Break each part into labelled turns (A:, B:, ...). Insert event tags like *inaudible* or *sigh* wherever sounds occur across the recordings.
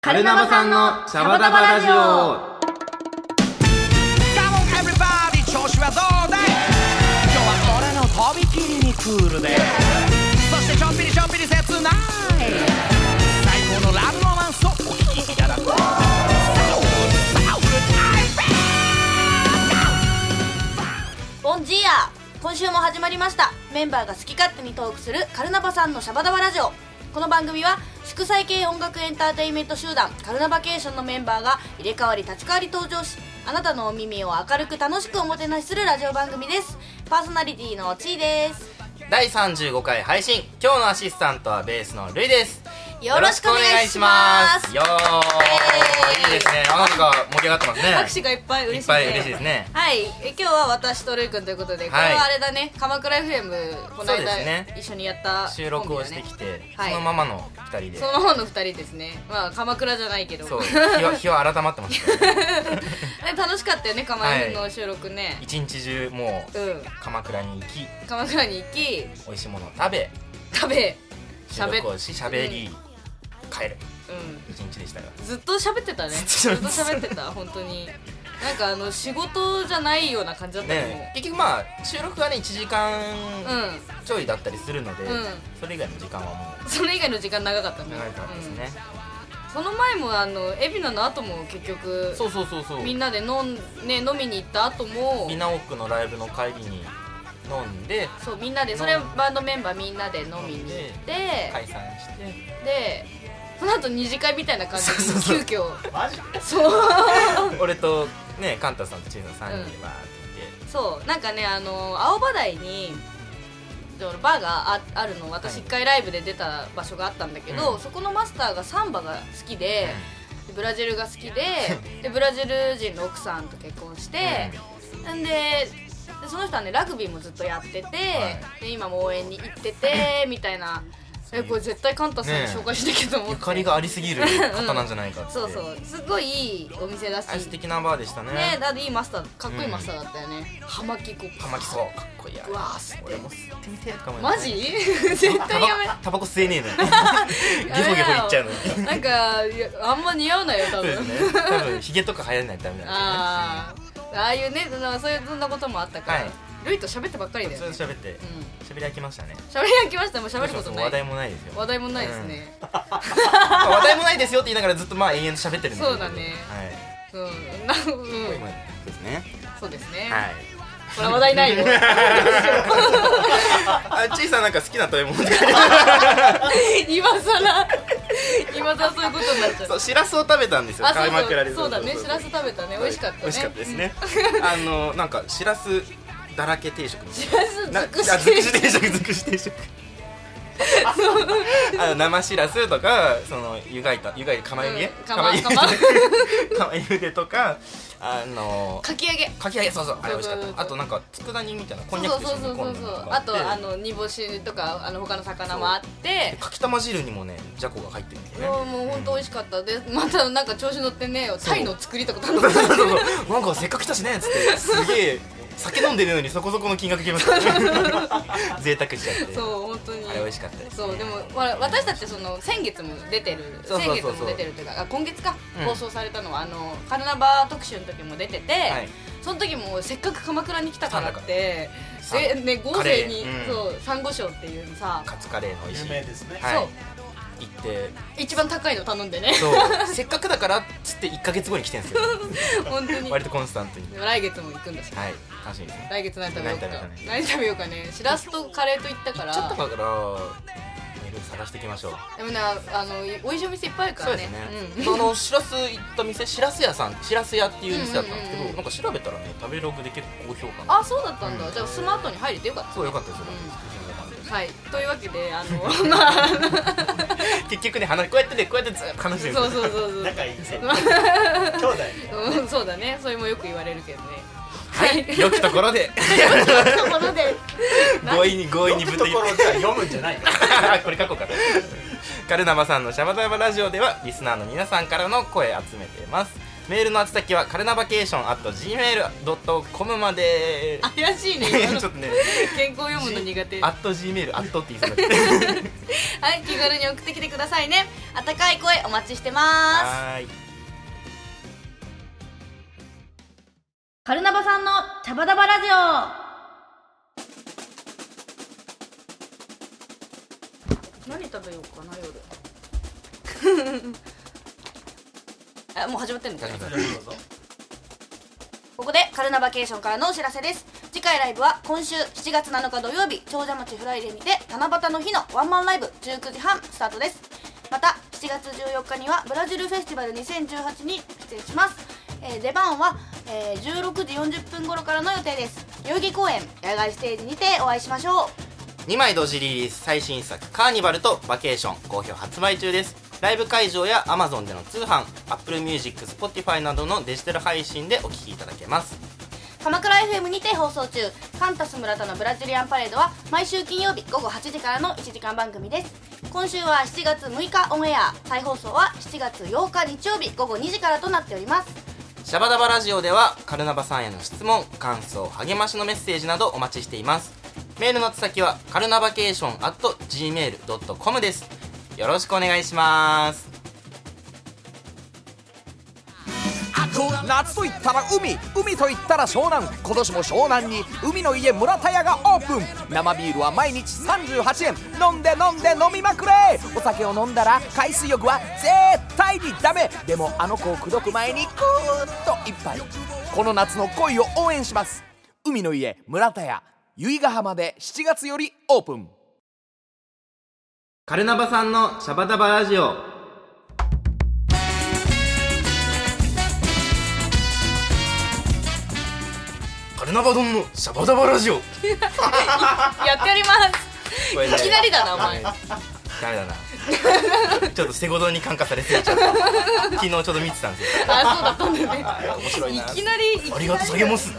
A: カルナバさんのシャバダバラジオ
B: Come on everybody 調子はどうだい今日は俺のとびきりにクールでそしてちょんぴりちょんぴり切ない最高のラブロマンスをお聴きいただこうサウルサウルタイム
C: ボンジーア今週も始まりましたメンバーが好き勝手にトークするカルナバさんのシャバダバラジオこの番組は祝祭系音楽エンターテインメント集団カルナバケーションのメンバーが入れ替わり立ち替わり登場しあなたのお耳を明るく楽しくおもてなしするラジオ番組ですパーソナリティのちーです
D: 第35回配信今日のアシスタントはベースのルイです
C: よろしくお願いします
D: よろしくお願いしますよーいいですねなんか盛り上がってますね
C: 拍手がいっぱい嬉しい
D: いっぱい嬉しいですね
C: はいえ今日は私とるいくんということで、これはあれだね鎌倉 FM この
D: そうで
C: 間、
D: すね
C: 一緒にやった
D: 収録
C: コン
D: を
C: ビだ
D: し
C: ね
D: てきて、
C: はい
D: そのままの2人で
C: その方の二人ですねまあ鎌倉じゃないけど
D: そう日は日は改まってますからね
C: *laughs* え楽しかったよね鎌倉の収録ね、
D: 一日中もう
C: うん
D: 鎌倉に行き
C: 鎌倉に行き
D: 美味しいものを食べ
C: 食べ
D: 収
C: 喋
D: 録
C: っ
D: をし喋り、帰る
C: う
D: 一日でしたが
C: んずっと喋ってたねず
D: ず
C: っ
D: っ
C: と
D: と
C: 喋っ
D: 喋って
C: た本当になんかあの仕事じゃないような感じだった
D: ね
C: ね
D: 結局まあ収録がね1時間
C: もうう
D: ちょいだったりするので、
C: うん
D: それ以外の時間はも
C: んそれ以外の時間長かった
D: う
C: ね
D: 長かったですね、
C: うんその前もあの海老名の後も結局
D: そうそうそうそう
C: みんなで飲ん、ね、飲みに行った後も
D: みなおくのライブの帰りに飲んで
C: そうみんなでそれバンドメンバーみんなで飲みに行って、
D: 解散して
C: でその後二次会みたいな感じで
D: そうそうそう
C: 急遽
D: マジ
C: そう
D: 俺とねカンタさんとチーズさん3
C: う
D: 人でバーって行っ
C: そうなんかねあの青葉台にで俺バーがああるの私一回ライブで出た場所があったんだけど、
D: うん
C: そこのマスターがサンバが好きででブラジルが好きででブラジル人の奥さんと結婚して、なんででその人はねラグビーもずっとやってて、で今も応援に行って
D: *laughs*
C: てみたいなえこれ絶対カンタさんに
D: ねえ
C: 紹介しなきゃと思っ
D: う
C: て
D: ゆかりがありすぎる方なんじゃないかって
C: そうそうすごいいいお店だし
D: あ素敵なバーでしたね
C: ねだっていいマスターかっこいいマスターだったよね、葉巻こう
D: はまきそうかっこいいや
C: うわー吸って
D: 俺も吸ってみてえとか思いま
C: マ
D: す
C: ジ *laughs*
D: ね
C: 絶
D: タ
C: 対
D: バ
C: やめ
D: タバコ吸えね
C: *laughs*
D: えのに
C: やめろ
D: ゲホゲホいっちゃうのに
C: なんかいやあんま似合わないよ多
D: そう
C: 分
D: ですね多分ヒゲとか流行んないとダメなん
C: ああああいうねそのそういうそんなこともあったから、
D: はい
C: ルイと喋ってばっかりだ
D: で
C: よ
D: すね
C: ね
D: それで喋って喋り飽きましたね
C: 喋り飽きましたもう喋ること
D: どうします
C: ない
D: 話題もないですよ
C: 話題もないですね、
D: まあ話題もないですよって言いながらずっとまあ永遠と喋ってるんで
C: そうだね
D: はい
C: うん、なうん
D: 今そうですね
C: そうですね、
D: はい
C: これは話題ない
D: *laughs*
C: よ
D: あちいさんなんか好きな食べ物とか
C: 今さら今さらそういうことになっちゃう
D: そうしらすを食べたんですよ
C: あそう
D: 鎌倉
C: そ
D: で
C: うそうだね
D: そう
C: し
D: そう
C: らす食べたね美味しかったね
D: 美味しかったですねあのなんかしらすだらけ定食みたい
C: しらす
D: な
C: 尽く
D: なあ尽くし
C: し
D: 定食尽くし定食あの生しらすとかその湯がいた湯がい釜茹で
C: うん釜
D: 釜茹で
C: 釜
D: 釜茹でとかあの
C: かき揚げ
D: かき揚げそうそうあれ美味しか
C: そうそうそ
D: っ
C: う
D: たあとなんか佃煮みたいな
C: そ
D: こん
C: う
D: にゃ
C: そ
D: く
C: う
D: と
C: そ
D: 一緒
C: う
D: に
C: そう
D: 煮込
C: そうんそ
D: だり
C: う
D: とか
C: あとあ
D: で
C: の煮干しとかあの他の魚もあって
D: かきたま汁にもねじゃこが入ってるんです
C: う
D: ね
C: わもう本当美味しかったでまたなんか調子乗ってねタイの作りとか頼んだ
D: そうそうそうなんかせっかく来たしねっつってすげえ酒飲んでるのにそこそこの金
C: *laughs*
D: 額決ました贅沢しちゃって
C: *laughs* そう本当に
D: あれ美味しかったです
C: そうでもわ私たちその先月も出てる
D: そう
C: 先
D: そうそう
C: 月も出てるというかあ今月か
D: うん
C: 放送されたのはあのカルナバ特集の時も出てて
D: はい
C: その時もせっかく鎌倉に来たからっ
D: 来
C: て
D: たんだから
C: えね豪
D: カレ
C: 勢
D: ー
C: に
D: うん
C: そうサンゴ礁っていうさ
D: カツカレーの美味しい
E: ですね
D: はい
C: そう
D: 行って
C: 一番高いの頼んでね
D: そう *laughs* せっかくだからっつって1か月後に来てんすよ
C: *laughs* 本当に
D: 割とコンスタントに
C: でも来月も行くんだし
D: はい楽しみですね
C: 来月何食べようか
D: 何食べようかね
C: 何食べようかねしらすとカレーといったから
D: ちょっとだからいろいろ探していきましょう
C: でもねあの美味しいお店いっぱいあるか
D: そう
C: ら
D: で
C: ね
D: すね、
C: うん
D: そのしらす行った店しらす屋さんしらす屋っていう店だったんですけど、
C: うんうんうん
D: なんか調べたらね食べログで結構高評価の
C: あそうだったんだ、じゃあスマートに入れてよかった
D: そうよかったですよ、
C: はいというわけであ
D: *laughs*
C: のまあ
D: 結局ね話こうやってねこうやってずっと話して
C: そう
D: る
C: そうそうそう
E: 仲いいね兄弟
C: うん、そうだねそれもよく言われるけどね
D: はい良きとこ *laughs* ろで
C: ところで
D: 強引に強引にぶ
E: ぶ
D: っ
E: ってと
D: い *laughs*
E: ころでは読むんじゃないの
D: これ書こうかカルナバさんのシャバダバラジオではリスナーの皆さんからの声集めてますメールの宛先はカルナバケーション at gmail.com まで
C: 怪しいね今の
D: *laughs* ちょっとね
C: 健康読むの苦手
D: ア
C: は
D: ット Gmail アットって言いそうだけど
C: い気軽に送ってきてくださいね温かい声お待ちしてます
D: はーい
C: カルナバさんの茶バダバラジオ何食べようかな夜 *laughs* あもう始まってんのかなここでカルナバケーションからのお知らせです次回ライブは今週7月7日土曜日長者町フライデーにて七夕の日のワンマンライブ19時半スタートですまた7月14日にはブラジルフェスティバル2018に出演します、えー出番は、えー16時40分頃からの予定です代々木公園野外ステージにてお会いしましょう
D: *laughs* 2枚同時リリース最新作「カーニバル」と「バケーション」好評発売中ですライブ会場や Amazon での通販 AppleMusicSpotify などのデジタル配信でお聴きいただけます
C: 鎌倉 FM にて放送中カンタス村田のブラジリアンパレードは毎週金曜日午後8時からの1時間番組です今週は7月6日オンエア再放送は7月8日日曜日午後2時からとなっております
D: シャバダバラジオではカルナバさんへの質問感想励ましのメッセージなどお待ちしていますメールの宛先はカルナバケーション at gmail.com ですよろしくお願いします
B: 夏と言ったら海海と言ったら湘南今年も湘南に海の家村田屋がオープン生ビールは毎日38円飲んで飲んで飲みまくれお酒を飲んだら海水浴は絶対にダメでもあの子を口説く前にクーッと一杯この夏の恋を応援します海の家村田屋由比ヶ浜で7月よりオープン
D: カルナバさんのシャバダバラジオカルナバ丼のシャバダバラジオ
C: やっております
D: これね
C: りだなお前
D: ダメだなちょっとセゴドンに感化されすぎちゃった昨日ちょうど見てたんですよ
C: あそうだったんだね
D: 面白いな
C: きなりい
D: ありがとう下げます
C: き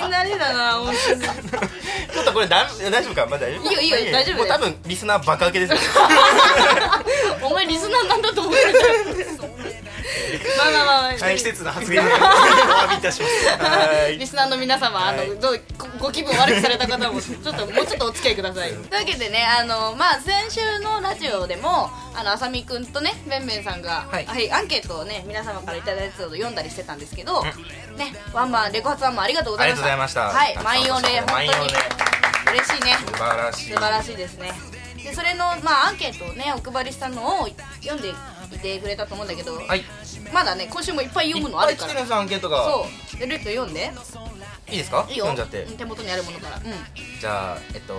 C: なりだな本当に
D: ちょっとこれだ大丈夫かまあ大丈夫
C: いいよいいよ大丈夫
D: もう
C: だ
D: 多
C: よ
D: 分リスナーバカ受けですよ
C: *laughs* お前リスナーなんだと思ってるまあまあまあ、
E: 大季節の発言でお詫びいたします
D: はい
C: リスナーの皆様、あ
E: はい
C: のどうごご気分悪くされた方もちょっともうちょっとお付き合いください。というわけでね、あのまあ先週のラジオでもあのあさみくんとねべんべんさんがはい、アンケートをね皆様からいただいたやつを読んだりしてたんですけど、ねワンマンレコ発ワンマンありがとうございました。
D: ありがとうございま
C: はい
D: した、
C: 満員御礼本当に
D: 満員御
C: 嬉しいね。
D: 素晴らしい
C: 素晴らしいですねでそれの、まあ、アンケートをねお配りしたのを読んでいてくれたと思うんだけど、
D: はい
C: まだね今週もいっぱい読むのあるか
D: いっぱい来てる
C: ら
D: んですよアンケートが
C: そうでルット読んで
D: いいですか
C: いいよ
D: 読んじゃって
C: う手元にあるものからうんうん
D: じゃあえっと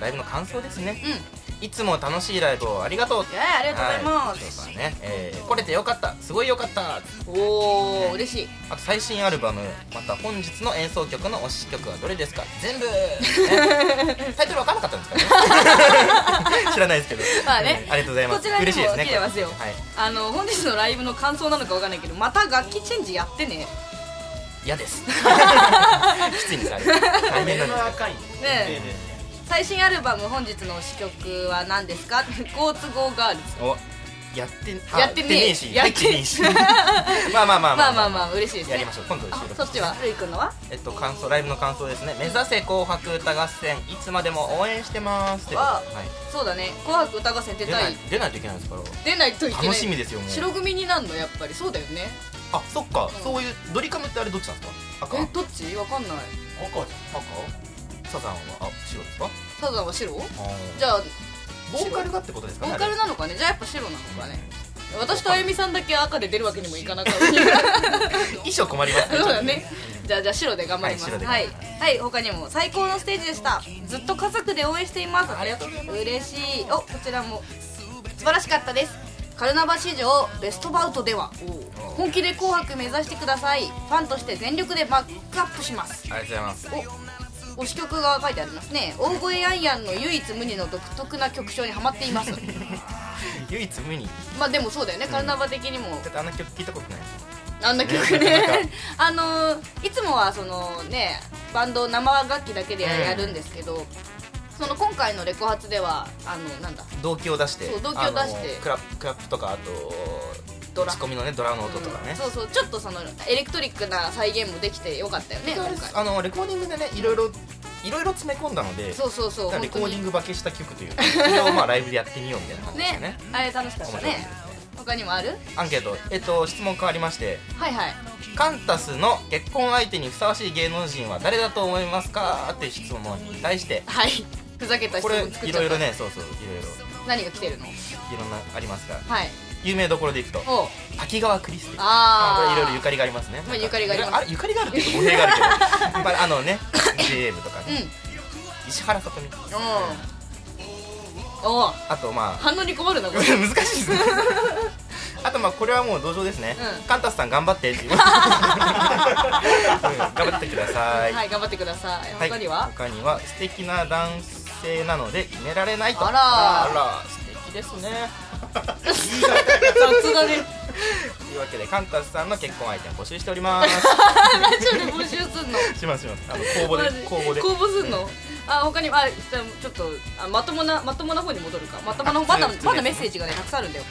D: ライブの感想ですねいつも楽しいライブをありがとう
C: いやありがとうございます
D: はいそうかねえー来れてよかったすごいよかった
C: おお嬉しい
D: あと最新アルバムまた本日の演奏曲の推し曲はどれですか
C: *laughs*
D: 全部、ねタイトル分かんなかったんですかね知らないですけど
C: まあね
D: うんありがとうございます
C: こちらにも
D: 嬉しいですね
C: 来てますよ、
D: はい
C: あの本日のライブの感想なのかわかんないけどまた楽器チェンジやってね
D: 嫌です *laughs* きついんです
C: *laughs*
D: あれ大変なんですけど
E: 赤い
C: ね最新アルバム本日の推し曲は何ですかゴーツゴーガールズ
D: おやって
C: やってねえ
D: えし
C: やっ
D: 入
C: て
D: ってねえ
C: *laughs*
D: しまあまあまあ
C: まあまあまあ嬉しいですね
D: やりましょう今度収
C: あ
D: 録
C: そっちはるいくんのは
D: えっと感想ライブの感想ですね目指せ紅白歌合戦いつまでも応援してますってこと
C: わ
D: はい
C: そうだね「紅白歌合戦」出
D: 出
C: た
D: ないい出ないといけないんですから
C: 出ないといけない
D: 楽しみですよもう
C: 白組になるのやっぱりそうだよね
D: あそっかそういうドリカムってあれどっちなんですか赤
C: えどっちわかんない
E: 赤じ
D: 赤サザンはあ白ですか
C: サザンは白
D: じ
C: じ
D: ゃ
C: ゃあ
D: ボーカルがってことですか
C: ボ
D: ね
C: ーカルなのかねじゃあやっぱ白なのかね私とあゆみさんだけ赤で出るわけにもいかなかった
D: *laughs* 衣装困りますね
C: *laughs* そうだねじゃあじゃあ白で頑張ります
D: はい白で
C: はい、はい、他にも最高のステージでしたずっと家族で応援しています
D: ありがとうございま
C: 嬉しいおこちらも素晴らしかったですカルナバ史上ベストバウトでは本気で紅白目指してくださいファンとして全力でバックアップします
D: ありがとうございます
C: お推し曲が書いてありますね大声アイアンの唯一無二の独特な曲調にはまっています
D: 唯一無二だ
C: まあでもそうだよねカルナバ的にも
D: ってあの曲聞いたことない
C: あんな曲
D: ね
C: ね *laughs* あのーいつもはそのねバンド生楽器だけでや
D: うん
C: やるんですけど、その今回のレコ発ではあのなんだ
D: 動機を出して
C: そう動機を出して
D: あのクラップクラップとかあと
C: ドラ
D: 打ち込みのねドラの音とかね、
C: そうそうちょっとそのエレクトリックな再現もできてよかったよね今回
D: あのレコーディングでねいろいろいろいろ詰め込んだので
C: そうそうそう
D: だからレ
C: 本
D: コ
C: 当
D: ーディン
C: に
D: グ化けした曲というかそれをまあライブでやってみようみたいな感じですよね
C: ねあれ楽しかった
D: 面白い
C: ね
D: ですね
C: 他にもある
D: アンケート、えっと、質問変わりまして
C: はいはい
D: カンタスの結婚相手にふさわしい芸能人は誰だと思いますかっていう質問に対して
C: はいふざけた質
D: これ
C: 問作っ
D: い
C: ちゃ
D: ろ
C: っ
D: い
C: た
D: ろねそうそういろい
C: 何が来てるの
D: ろいろんなありますが
C: はい
D: 有名どころでいくと
C: おう
D: 滝川クリスティ
C: あー
D: これいろいろゆかりがありますね
C: まあゆかりがあります
D: あれゆかりがあるって言うと語弊が
C: *laughs*
D: あるけどまああのね JM とか
C: うん
D: ね石原さとみ
C: おうおう
D: あとまあ *laughs*
C: 反応に困るなこ
D: 難
C: れ
D: しいですね
C: *laughs*
D: あとまあこれはもう同情ですね、
C: うん
D: カンタスさん頑張ってっ
C: *laughs*
D: て言いますうん頑張ってください、
C: はい頑張ってください
D: はい
C: 他に
D: *laughs*
C: は
D: 他には素敵な男性なので決められないと
C: あら
D: あら素敵ですね
C: 雑だね
D: というわけでカンタスさんの結婚相手を募集しておりま
C: *laughs* *laughs*
D: す
C: ラジオで募集すんの
D: しますしますあの公募
C: マジ
D: で公募で
C: 公募すんの、あ他にもあじゃあちょっとあまともなまともな方に戻るかまともな方ま
D: あ
C: だ
D: 普通
C: まだ
D: 普通です
C: メッセージがねたくさんあるんだよ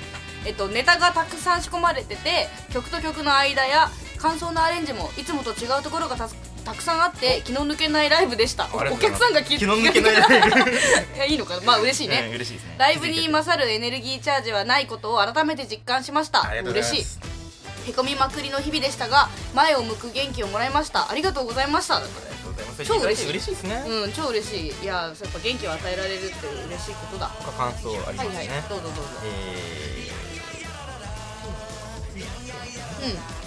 C: えっとネタがたくさん仕込まれてて曲と曲の間や感想のアレンジもいつもと違うところがたすたくさんあって気の抜けないライブでしたお
D: ありがとうござ
C: 客
D: います
C: さんが気
D: 気の抜けないライブ
C: *laughs* いやいいのかなまあ嬉しいね、
D: うん嬉しいですね
C: ライブに勝るエネルギーチャージはないことを改めて実感しました
D: ありがとうございま
C: 嬉
D: す
C: しいへこみまくりの日々でしたが前を向く元気をもらいましたありがとうございました
D: ありがとうございます
C: 超嬉しい
D: 嬉しいですね、
C: うん超嬉しいいややっぱ元気を与えられるって嬉しいことだは
D: 他感想ありま
C: い
D: すね、
C: はいどうぞどうぞ
D: えー
C: う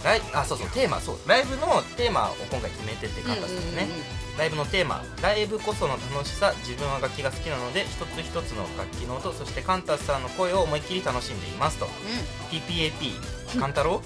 D: ライあそうそうテーマそうライブのテーマを今回決めてって
C: ん
D: カンタスのね、
C: うんうんうん
D: ライブのテーマ「ライブこその楽しさ自分は楽器が好きなので一つ一つの楽器の音そしてカンタスさんの声を思いっきり楽しんでいます」と
C: う
D: 「PPAP カンタロウ」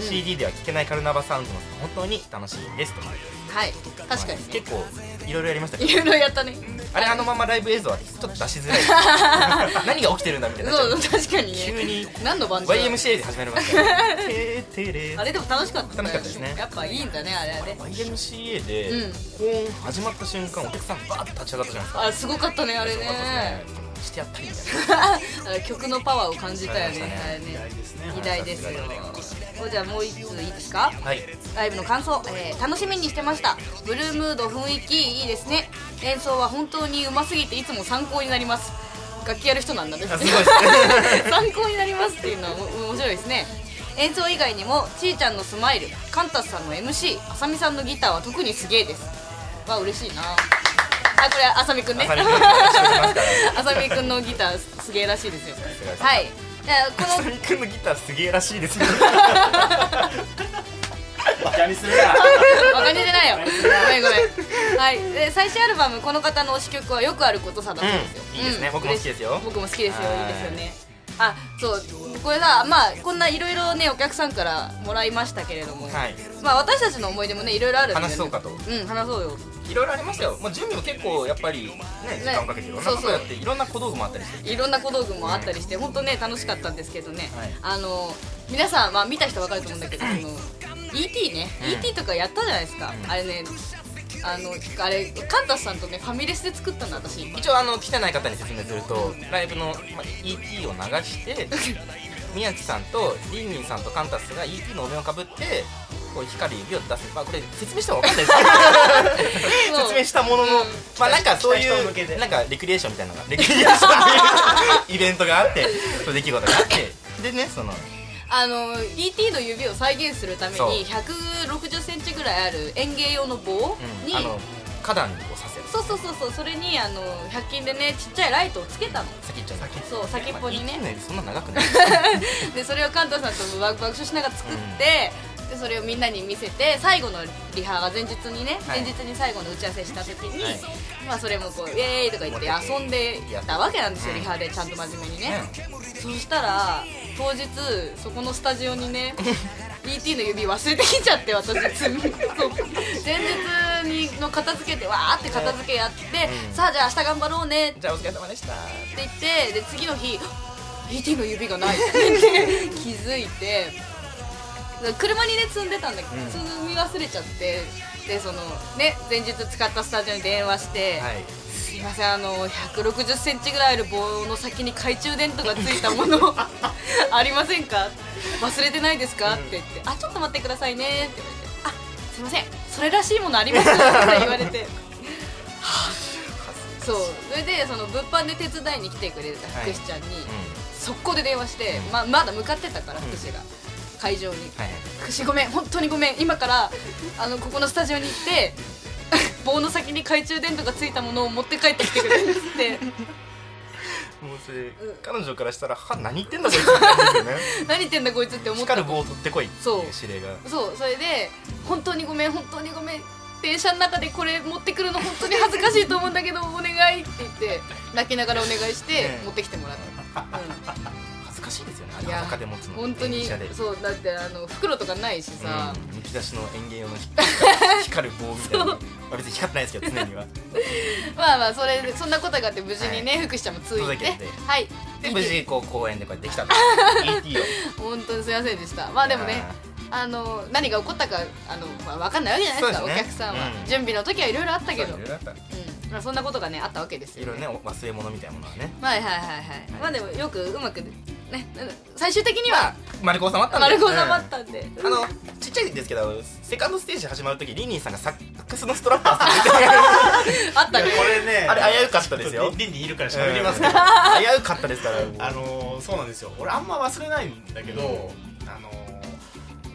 D: うん、CD では聴けないカルナバサウンドの本当に楽しいですと
C: んはい確かにね
D: 結構いろいろやりましたけ
C: いろいろやったね
D: どあれあのままライブ映像はちょっと出しづら
C: *laughs*
D: い何が起きてるんだみたいになっち
C: そ
D: ゃ
C: うう *laughs* 確かにね
D: 急に
C: 何のバンドだ
D: YMCA で始まりま
C: *laughs*
D: したから「てーてーれー
C: あれでも楽しかったね
D: 楽しかったですね
C: やっぱいいんだねあれはね
D: YMCA で
C: うん
D: 高音始まった瞬間お客さんバーッと立ち上がったじゃないですか
C: あすごかったねあれね
D: してやったりみたいな
C: 曲のパワーを感じたよねあれね偉大ですよおじゃあもう一ついいですか
D: はい
C: ライブの感想、えー楽しみにしてましたブルームード雰囲気いいですね演奏は本当にうますぎていつも参考になります楽器やる人なんだね
D: あすごいです
C: *laughs*
D: ね
C: 参考になりますっていうのはお面白いですね演奏以外にもちーちゃんのスマイルカンタスさんの MC あさみさんのギターは特にすげえですわ嬉しいなあこれあさみくんね
D: あさみくん一緒にいますか
C: *laughs*
D: ら
C: あさみくんのギターすげえらしいですよ
D: すがです
C: はいじゃあこの
D: 鳥くんのギターすげえらしいですよ
E: バカにするな
C: バカにしてないよごめんごめんはいで最新アルバムこの方の推し曲はよくあることさだったんですよ、
D: うんいいですね僕も好きですよ
C: 僕も好きですよ
D: はい
C: いいですよねあそうこれさまあこんないろいろねお客さんからもらいましたけれども、
D: はい
C: まあ私たちの思い出もねいろいろあるんで、ね、
D: 話そうかと
C: うん話そうよ
D: いろいろありましたよもう準備も結構やっぱりね時間をかけていろんなことをやっていろんな小道具もあったりして
C: いろんな小道具もあったりして本当ね楽しかったんですけどね、
D: はい
C: あの皆さん、まあ、見た人わかると思うんだけどその ET ね、
D: うん
C: ET とかやったじゃないですか、
D: うん
C: あれねあのあれカンタスさんとねファミレスで作ったの
D: *laughs*
C: 私
D: 一応あの来てない方に説明するとライブの、まあ、ET を流 *laughs* して宮地さんとリンリンさんとカンタスが ET のお面をかぶってこう光る指を出す、まあ、これ説明しても分かんないですけど説明したものの、
C: うん
D: まあなんかそう
E: 来た人向け
D: いう
E: で
D: なんかレクリエーションみたいなのがレクリエーションっていう *laughs* イベントがあってそう出来事があってでねその
C: あの ET の指を再現するため
D: そう
C: に1 6 0ンチぐらいある園芸用の棒
D: うん
C: に、
D: あの花壇をさせる
C: そうそうそうそうそれにあの100均でねちっちゃいライトをつけたの
D: 先っちょに
C: そう先っぽにね
D: まあ ET ねそんな長くない
C: でそれをカンタさんとワクワクしながら作って、でそれをみんなに見せて最後のリハが前日にね、
D: はい
C: 前日に最後の打ち合わせした時に、
D: はい
C: まあそれもこう「イエーイ!」とか言って遊んでたわけなんですよ、
D: うん
C: リハでちゃんと真面目にね、
D: ね
C: そしたら当日そこのスタジオに
D: *laughs*
C: ね ET の指忘れてきちゃって私つそう前日にの片付けてわーって片付けやって、
D: うん
C: さあじゃあ明日頑張ろうねって
D: じゃあお疲れ様でした
C: 言ってで次の日 ET の指が
D: *laughs*
C: ないって気づいて車にね積んでたんだけど、
D: うん
C: 積み忘れちゃってでそのね前日使ったスタジオに電話して、
D: はい
C: すいいませんあの160センチぐらいある棒の先に懐中電灯がついたもの *laughs* ありませんか忘れてないですかって言って「あちょっと待ってくださいね」って言われて「あすいませんそれらしいものあります」って言われてはあそうそれでその物販で手伝いに来てくれた福士ちゃんに、速攻で電話して、ままだ向かってたから福士が、会場に、
D: はい
C: 福士ごめん本当にごめん今からあのここのスタジオに行って *laughs* 棒の先に懐中電灯がついたものを持って帰ってきてくれって
D: *laughs*
C: 言って
D: もうそれ彼女からしたらは何言ってんだこい
C: *laughs*
D: つ
C: 何言ってんだこいつって思った
D: 光る棒を取ってこいっていう指令が
C: そうそれで本当にごめん本当にごめん電車の中でこれ持ってくるの本当に恥ずかしいと思うんだけどお願いって言って泣きながらお願いして
D: ええ
C: 持ってきてもらった、うん
D: 恥ずかしいですよね
C: いや
D: 裸で持つの
C: 本当に
D: 電車で
C: そうだってあの袋とかないしさ、
D: うんむき出しの園芸用のひ
C: *laughs*
D: 光る棒みたいなまあ別に光ってないですけど常には
C: まあまあそれでそんなことがあって無事にね、福士ちゃんもつい
D: 届
C: て
D: けて
C: はい *laughs*
D: で無事こう公園でこうやってきたの ET を
C: 本当にすいませんでしたまあでもねあの何が起こったかあの、まあ、分かんないわけじゃないですか
D: そうですね
C: お客さんは、
D: うん
C: 準備の時はいろいろあったけど
D: そうういろいろあったい
C: んまあ、そんなことがねあったわけですよ、
D: ろいろねお忘れ物みたいなものはね
C: まあはいはいはいはいまあでもよくうまくねなんだ最終的には
D: 丸く収まったんだ
C: 丸く収まったんで、
D: うんあのちっちゃいんですけどセカンドステージ始まる時リニーさんがサックスのストラップをつけて
C: あったね
E: これね
D: あれ危うかったですよ
E: ちょとリンリンいるから喋りますけど、
D: 危うかったですから
E: あのー、そうなんですよ俺あんま忘れないんだけど、あの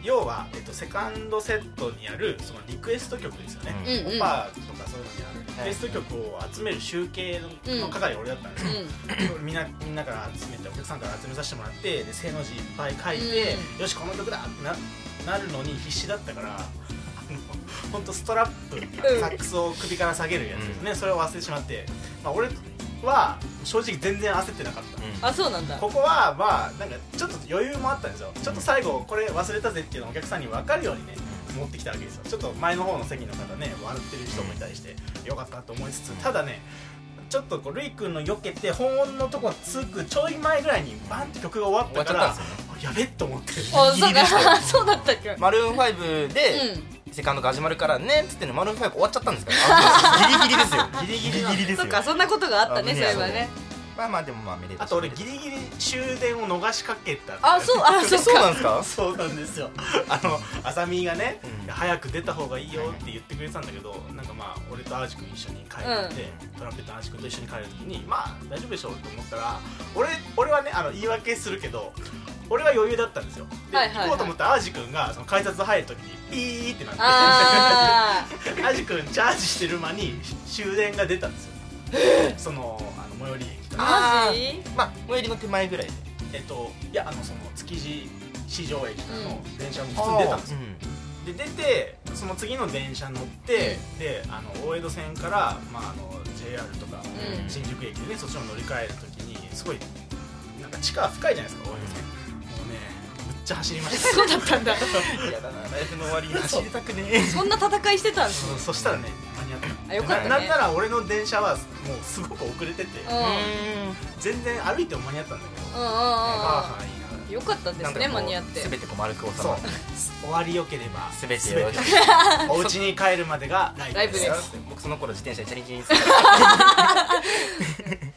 E: ー、要は、えっと、セカンドセットにあるそのリクエスト曲ですよね、
D: うん
C: うんうん
E: オパーとかそういうのにあるリクエスト曲を集める集計の,、
C: うん
E: 係俺だったんですよ、
C: うん
E: みんなみんなから集めてお客さんから集めさせてもらってで正の字いっぱい書いて、よしこの曲だってななるのに必死だったから *laughs* 本当ストラップ、サックスを首から下げるやつですね、それを忘れてしまって、まあ、俺は正直全然焦ってなかった、
D: うん
C: あそうなんだ
E: ここはまあなんかちょっと余裕もあったんですよちょっと最後これ忘れたぜっていうのをお客さんに分かるようにね持ってきたわけですよちょっと前の方の席の方ね笑ってる人もいたりしてよかったと思いつつただねちょっとこうルイ君の避けて本音のとこつくちょい前ぐらいにバンって曲が終わったから
D: 終わっちゃ
E: やべっと思って
C: あそうか *laughs* そうだったっけ
D: マルーン5で、セカンドが始まるからねっつってねマルーン5終わっちゃったんです
C: *laughs*
D: からギリギリですよギリギリギリギリです
C: そ
D: よ
C: っかそんなことがあったね
D: あ
C: そういえばね
D: まあまあでもまあめでたし
E: あと俺ギリギリ終電を逃しかけた
C: あそうあそ
D: え
C: っ
D: そう
C: か
D: なんですか
E: そうなんですよあのあさみがね、
D: うん
E: 早く出た方がいいよって言ってくれてたんだけどなんかまあ俺とアージ君一緒に帰って、トランペットのアージ君と一緒に帰る時にまあ大丈夫でしょうと思ったら俺俺はねあの言い訳するけど俺は余裕だったんですよで、
C: はいはいはい
E: 行こうと思ったアージ君がその改札入る時にピーってなって
C: あ
E: *laughs* アジ君チャージしてる間に終電が出たんですよそのあの最寄り駅から
C: あ
D: *laughs* あ
C: マジ
D: まあ最寄りの手前ぐらいで
E: えっといやあのその築地市場駅からの電車も
D: 普
E: 普
D: 通
E: 通
D: に
E: に
D: 出
E: 出
D: たん
E: た
D: で
E: んですす
D: よ
E: よ、で出てその次の電車に乗って、であの大江戸線から、まあ、あの JR とか
D: うん
E: 新宿駅でねそっちを乗り換えるときにすごいなんか地下深いじゃないですか大江戸線もうねむっちゃ走りました
C: *laughs*
E: *laughs*
C: そうだったんだ
D: 嫌だなライフの終わりに走りたくねえ
C: そんな戦いしてたんです
E: そそしたらね間に合った
C: あよかったね
E: ななんなら俺の電車はもうすごく遅れてて
C: うん
E: 全然歩いても間に合ったんだけど
C: うんうん
E: ああ
C: う
E: 言いなが
C: ん
E: ら
C: よかったで
D: な
C: す
D: ん
C: ね
D: だろうこ
C: 間
D: う
C: に合って
D: 全てこう丸く収
E: そ
D: ま
E: う
D: る
E: 終わりよければ
D: 全て
E: 全て *laughs* お家に帰るまでがライブです
C: ライブ
D: 僕その頃自転車一日に使って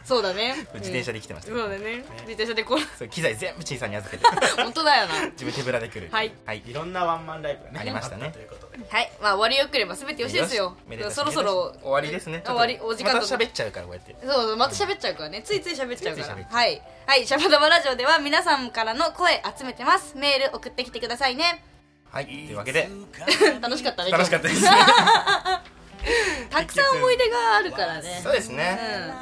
C: そうだね
D: 自転車
C: で
D: で来てました
C: そうだね自転車でこう *laughs*
D: そう機材全部小さんに預けて *laughs*
C: 本当だよな
D: 自分手ぶらで来る
C: はい
D: はい
E: いろんなワンマンライブがね
D: ありましたね
E: ったということで
C: はいまあ終わりよければ全てよしですよ
D: めでたし
C: そろそろ
D: 終わりですね
C: 終わりお時間
D: ま
C: と
D: た喋っちゃうからこうやって
C: そうそうまた喋っちゃうからねついつい喋っちゃうか
D: つい
C: ら
D: つい喋っちゃう
C: はいはいシャバダバラジオでは皆さんからの声集めてますメール送ってきてください
D: *laughs*
C: ね
D: はいというわけで
C: 楽しかったね
D: 楽しかったです
C: 今日たくさん思い出があるからね
D: そうですね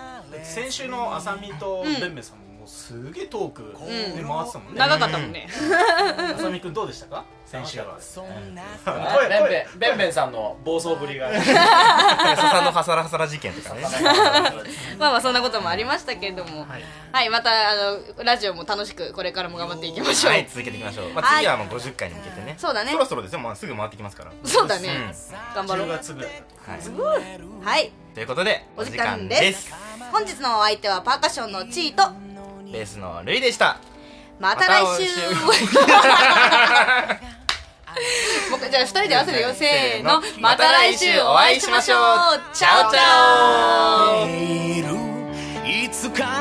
E: 先週のあさみとべんべさんももうすげえトークで回ってたもん
C: う
E: ね
C: ん長かったもんね
E: あさみくんどうでしたか先週は
B: ベン
E: 声
B: ベンベンベンさんの
E: 暴走ぶり *laughs* が
D: 笹のハサラハサラ事件とかね
C: *laughs* まあまあそんなこともありましたけれども、はい、またあのラジオも楽しくこれからも頑張っていきましょう。
D: はい続けていきましょうま
C: は
D: あ
C: い
D: 次はもう50回に向けてね
C: そうだね
D: そろそろですよもうすぐ回ってきますから
C: そうだね、頑張ろ
E: 10
C: う。
E: 月ぐらい
D: はい
C: はい、
D: ということで
C: お
D: お
C: 時
D: 時
C: 間
D: 間
C: です
D: です
C: 本日のお相手はパーカッションのチーと、
D: ベースのルイでした
C: また来週。
D: また来週
C: もう一回じゃあ二人で合わせるよせーの
D: せーの
C: また来週お会いしましょう
D: チャオチャオ
B: いつか